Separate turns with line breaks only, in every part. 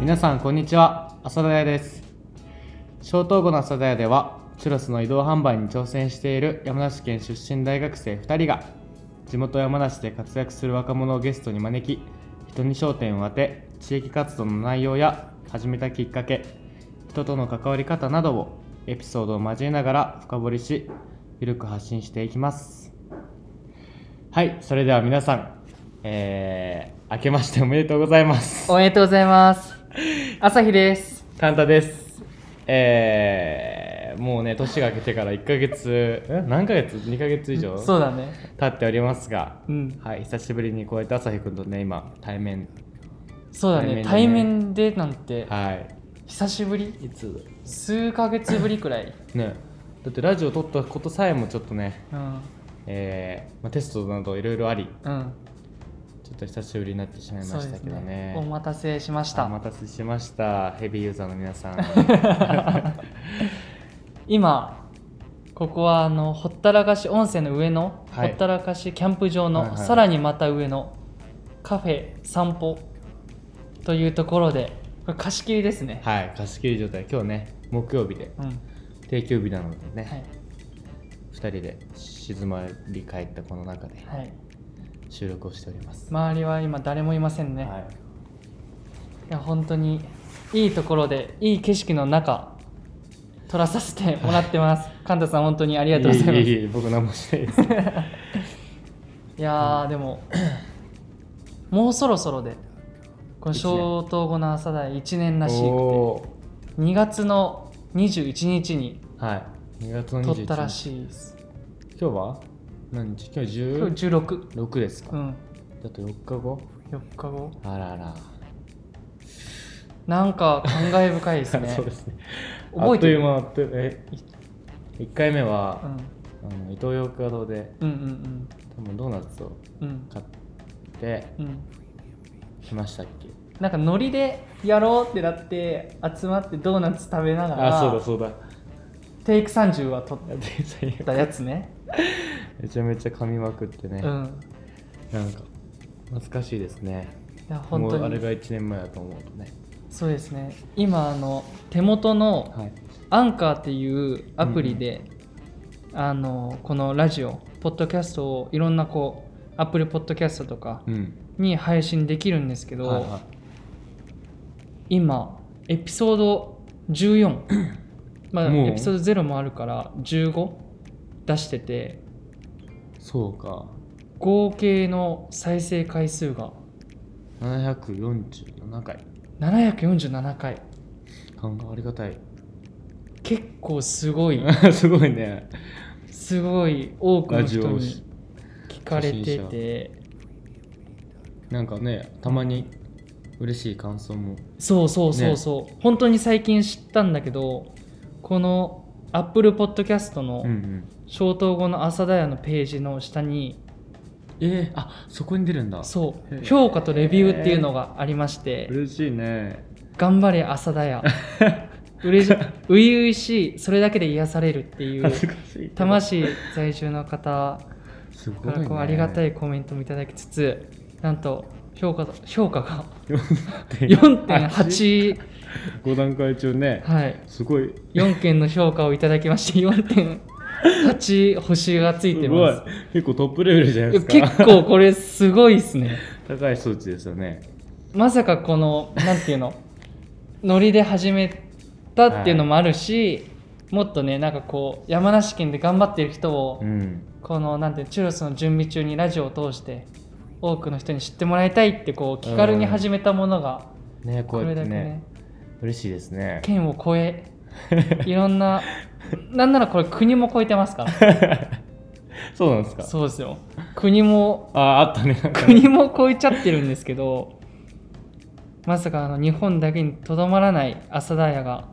皆さんこんにちは浅田屋です小東後の浅田屋ではチュロスの移動販売に挑戦している山梨県出身大学生2人が地元山梨で活躍する若者をゲストに招き人に焦点を当て地域活動の内容や始めたきっかけ人との関わり方などをエピソードを交えながら深掘りしゆるく発信していきますはいそれでは皆さんえー、明けましておめでとうございます
おめでとうございます。朝日です。
カンタです。えー、もうね、年が明けてから1ヶ月、ん何ヶ月 ?2 ヶ月以上
そうだね。
経っておりますが、
うん。
はい、久しぶりにこうやって朝日くんとね、今、対面。
そうだね。
対
対
面
面でなんて、
は
久しぶり
い。いつ
数ヶ月ぶりくらい。
ね、だってラジオ撮ったことさえもちょっとね、
うん。
えーまあ、テストなどいろいろあり、
うん。
ちょっと久しぶりになってしまいましたけどね。
お待たせしまし
お
た。
待たせしました。ヘビーユーザーの皆さん。
今、ここはあの、ほったらかし温泉の上の、
はい
ほったらかしキャンプ場の、
はいはい
さらにまた上の、カフェ散歩というところで、これ貸し切りですね。
はい、貸し切り状態。今日ね、木曜日で、
うん。
定休日なのでね。
はい。
2人で静まり返ったこの中で
はい。
収録をしております、
周りは今誰もいませんね。
はい、
いや本当にいいところでいい景色の中撮らさせてもらっ てます。カンタさん本当にあ
あ
りがとうございます。い
いえいえ僕何もしてないです
やーでも もうそろそろでこの小東後の朝だ1年らしく
お
て2月の21日に
ーはい2月の
撮
21日
ったらしいです。
今日は何日今日
今日16
16ですか、
うん
だと4日後
4日後
あらあら、なん
なんか感慨深いですね
そうですねあ
覚
っ
え
と
て
いう
る
間あっという間え1回目は、あの伊東洋華堂で
うん、うんうん
多分ドーナツを
うんうん
買って
うん
きましたっけ
なんかノリでやろうってなって集まってドーナツ食べながら
あそうだそうだ
テイク30は撮っ
やって最悪
たやつね
めちゃめちゃ噛みまくってね、
うん
なんか懐かしいですね
いや本当
もうあれが
に
1年前だと思うとね
そうですね今あの手元の
はい
アンカーっていうアプリで、あのこのラジオポッドキャストをいろんなこうアップルポッドキャストとか
うん
に配信できるんですけど、
はいは
今エピソード14 まあ
もう
エピソード0もあるから15出してて
いそうか
合計の再生回数が
747回
747回
感がありがたい
結構すごい
すごいね
すごい多くの人
ラジ
に聞かれてて
なんかねたまに嬉しい感想も
そうそうそうそう、本当に最近知ったんだけどこの Apple Podcast
うんう
の
ん
消灯後の朝だよのページの下に、
えー、あそこに出るんだ
そ
へえ
う評価とレビューっていうのがありまして
嬉しいね
頑張れ朝だ ようれし初々しいそれだけで癒されるっていう
恥ずかしい
多摩市在住の方
すご
か
い、
ら
ね、
こうありがたいコメントもいただきつつなんと評価評価が
4.85
4.8
段階中ね
はい
すごい
4件の評価をいただきまして4.8星がついてます
ごい結構トップレベルじゃないですか
結構これすごいですね
高い数値ですよね
まさかこのなんていうのノリで始めたっていうのもあるし、もっとねなんかこう山梨県で頑張ってる人を
うん
このなんていうのチュロスの準備中にラジオを通して多くの人に知ってもらいたいってこう気軽に始めたものが
ねこう
こ
や
れ
っ
だ
て
け
ね
ね
嬉しいですね
県を超え いろんななんならこれ国も超えてま すから
そうなんですか
そうですよ国も
ああったねなんかね
国も超えちゃってるんですけどまさかあの日本だけにとどまらない浅田屋が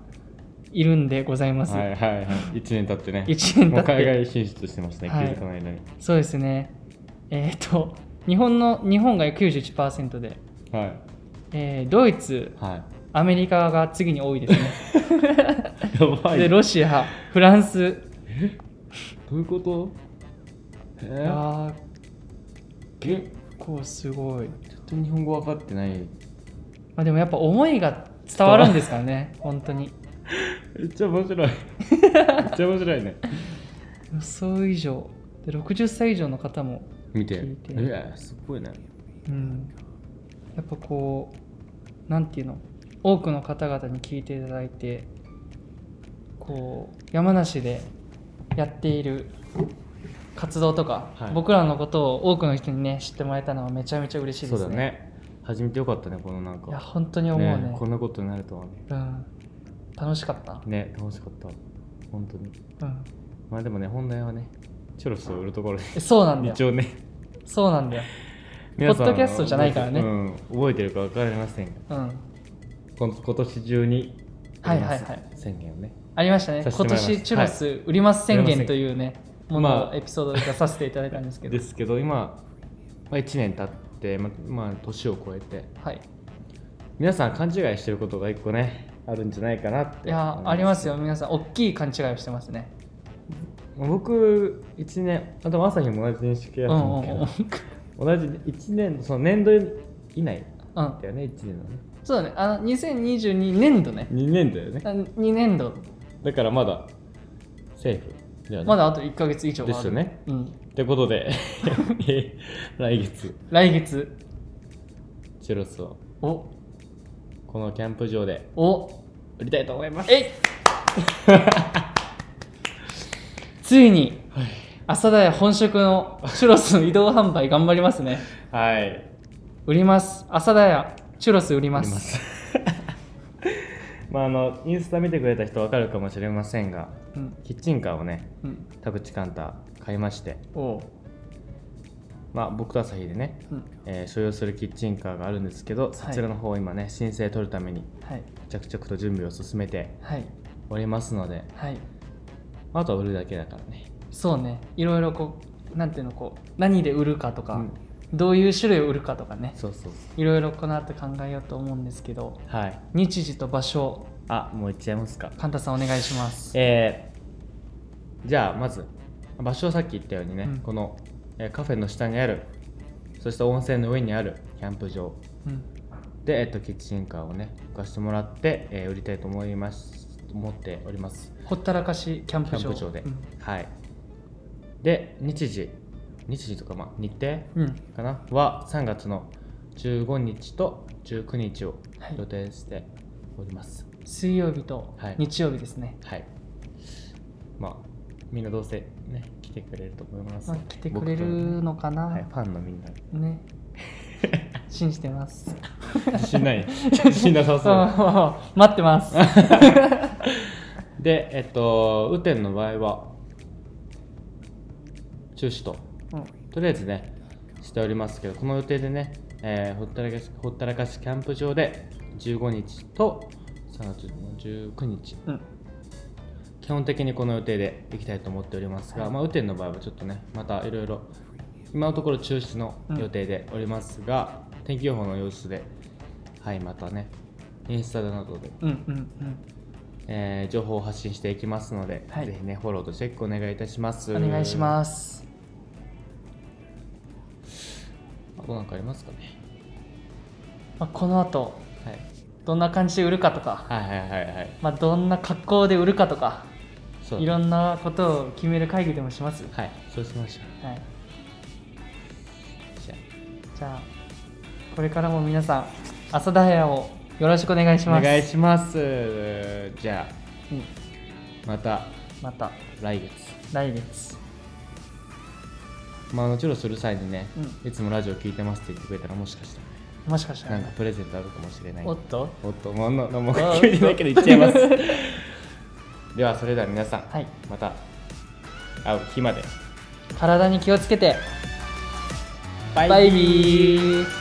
いるんでございます、
はいはいはい1年経ってね
一年経って
もう海外進出してますね、
はい
気づかない間に
そうですねえっ、と日本の日本が91%で、
はい
えードイツ
は
アメリカが次に多いですね
いやばい
で
ど
ロシアフランス
ういうことえ
い
ー、
やー
え
こうすごい、
ちょっと日本語分かってない
まあ、でもやっぱ思いが伝わるんですからね本当に
めっちゃ面白いめっちゃ面白いね
予想以上で60歳以上の方も、
見て
聞いて
えーすごいね
うん、やっぱこうなんていうの多くの方々に聞いていただいてこう山梨でやっている活動とか、
はい
僕らのことを多くの人にね知ってもらえたのはめちゃめちゃ嬉しいです
そ
ね
うだね始めてよかったねこのなん
いや
か
本当に思うね
ねこんなことになるとはね
うん、楽しかった、
ね楽しかった本当に
うん、
まあでもね本題はねチュロスを売るところで
えそうなんだよ
一応ね
そうなんだよ
皆さん
ポッドキャストじゃないからね
うん、覚えてるか分かりませんが
うん
こん今年中に
はいはいはい
宣言をね
ありましたね、
させても
今
らいます
年チュロス売ります宣
売りませ
言
ん
というね、も
ま
の
あ
をエピソードで出させていただいたんです けど、
ですけど今、まあ、1年経ってままあ年を超えて
はい、
皆さん勘違いしてることが1個ねあるんじゃないかなって
いや、あります
よ
よ、皆さん、大きい勘違いをしてますね。
僕1年あと朝日も同じ認識
う
や
ん
と
うん
思う
う
け
ん、
ど、
うん、
同 じ1年その年度以内だよね1年のね
そうだね、あの2022年度ね、
2年だよね
あ2年度、
だからまだセーフだよね
まだあと1か月以上はある
ですよね、
うん、
ってことで 来月
来月、
チュロスを
お
このキャンプ場で
お
売りたいと思います
えい ついに、朝田屋本職のチュロスの移動販売頑張りますね。
はい
売ります。朝田屋、チュロス売り
あ
ま。
りますすまああのインスタ見てくれた人わかるかもしれませんが
うん
キッチンカーをね
うん、
田口カンタ買いまして
おう、
まあ僕と朝日でね、
うん、
えー所有するキッチンカーがあるんですけどそちらの方を今ね申請取るために
はい、
着々と準備を進めて
はい、
おりますので
はい、
あとは売るだけだからね
そうね、いろいろこう、なんていうの、こう、何で売るかとか、
うん
どういう種類を売るかとかね、
そうそうそう
いろいろこの後考えようと思うんですけど、
はい
日時と場所、
あもう行っちゃいますか
カンタさんお願いします。
えーじゃあまず場所はさっき言ったようにね、
うん
この、えーカフェの下にあるそして温泉の上にあるキャンプ場
うん、
で、えっとキッチンカーをね置かしてもらって、えー売りたいと思います思っております
ほったらかしキャン
キ
プ
ャ
場。
ンプ場で、
うん
はいで日時日時とかまあ日程
うん、
かなは3月の15日と19日を
はい
予定しております
水曜日と
はい
日曜日ですね。
はい。まあ、みんなどうせね、来てくれると思います。
まあ、来てくれるのかな、
僕とねはい、ファンのみ んな。
ね。 信じてます。
自信ない。自 信なさそう。
そう 待って ます。
で、えっと、雨天の場合は、中止と、
うん
とりあえずね、しておりますけど、この予定でね、えーほったらかし、ほったらかしキャンプ場で15日と3月の19日、
うん
基本的にこの予定でいきたいと思っておりますが、
はい
まあ雨天の場合はちょっとねまたいろいろ今のところ中止の予定でおりますが、天気予報の様子ではいまたねインスタなどで、
うんうんうん。
えー情報を発信していきますので、
はい
ぜひねフォローとチェックお願いいたします
お願いしますす。
あとなんかありますかね、
まあ、この後
はい、
どんな感じで売るかとか、
はいはいはいはい
まあ、どんな格好で売るかとか
そう
いろんなことを決める会議でもします、は
はいそうしましょう
い、
じゃ
じゃあこれからも皆さん朝田屋をよろしくお願いし
あ
ます
お願いしますじゃあ
うん
また
また
来月
来月
まあ、もちろんする際にね、
う
いつもラジオ聞いてますって言ってくれたらもしかした
もしかした
ら
ら、
なんかプレゼントあるかもしれない
おっと
おっともうのもう
あ
急にだけど言っちゃいます ではそれでは皆さん、
はい
また会う日まで
体に気をつけて
バ
バイビー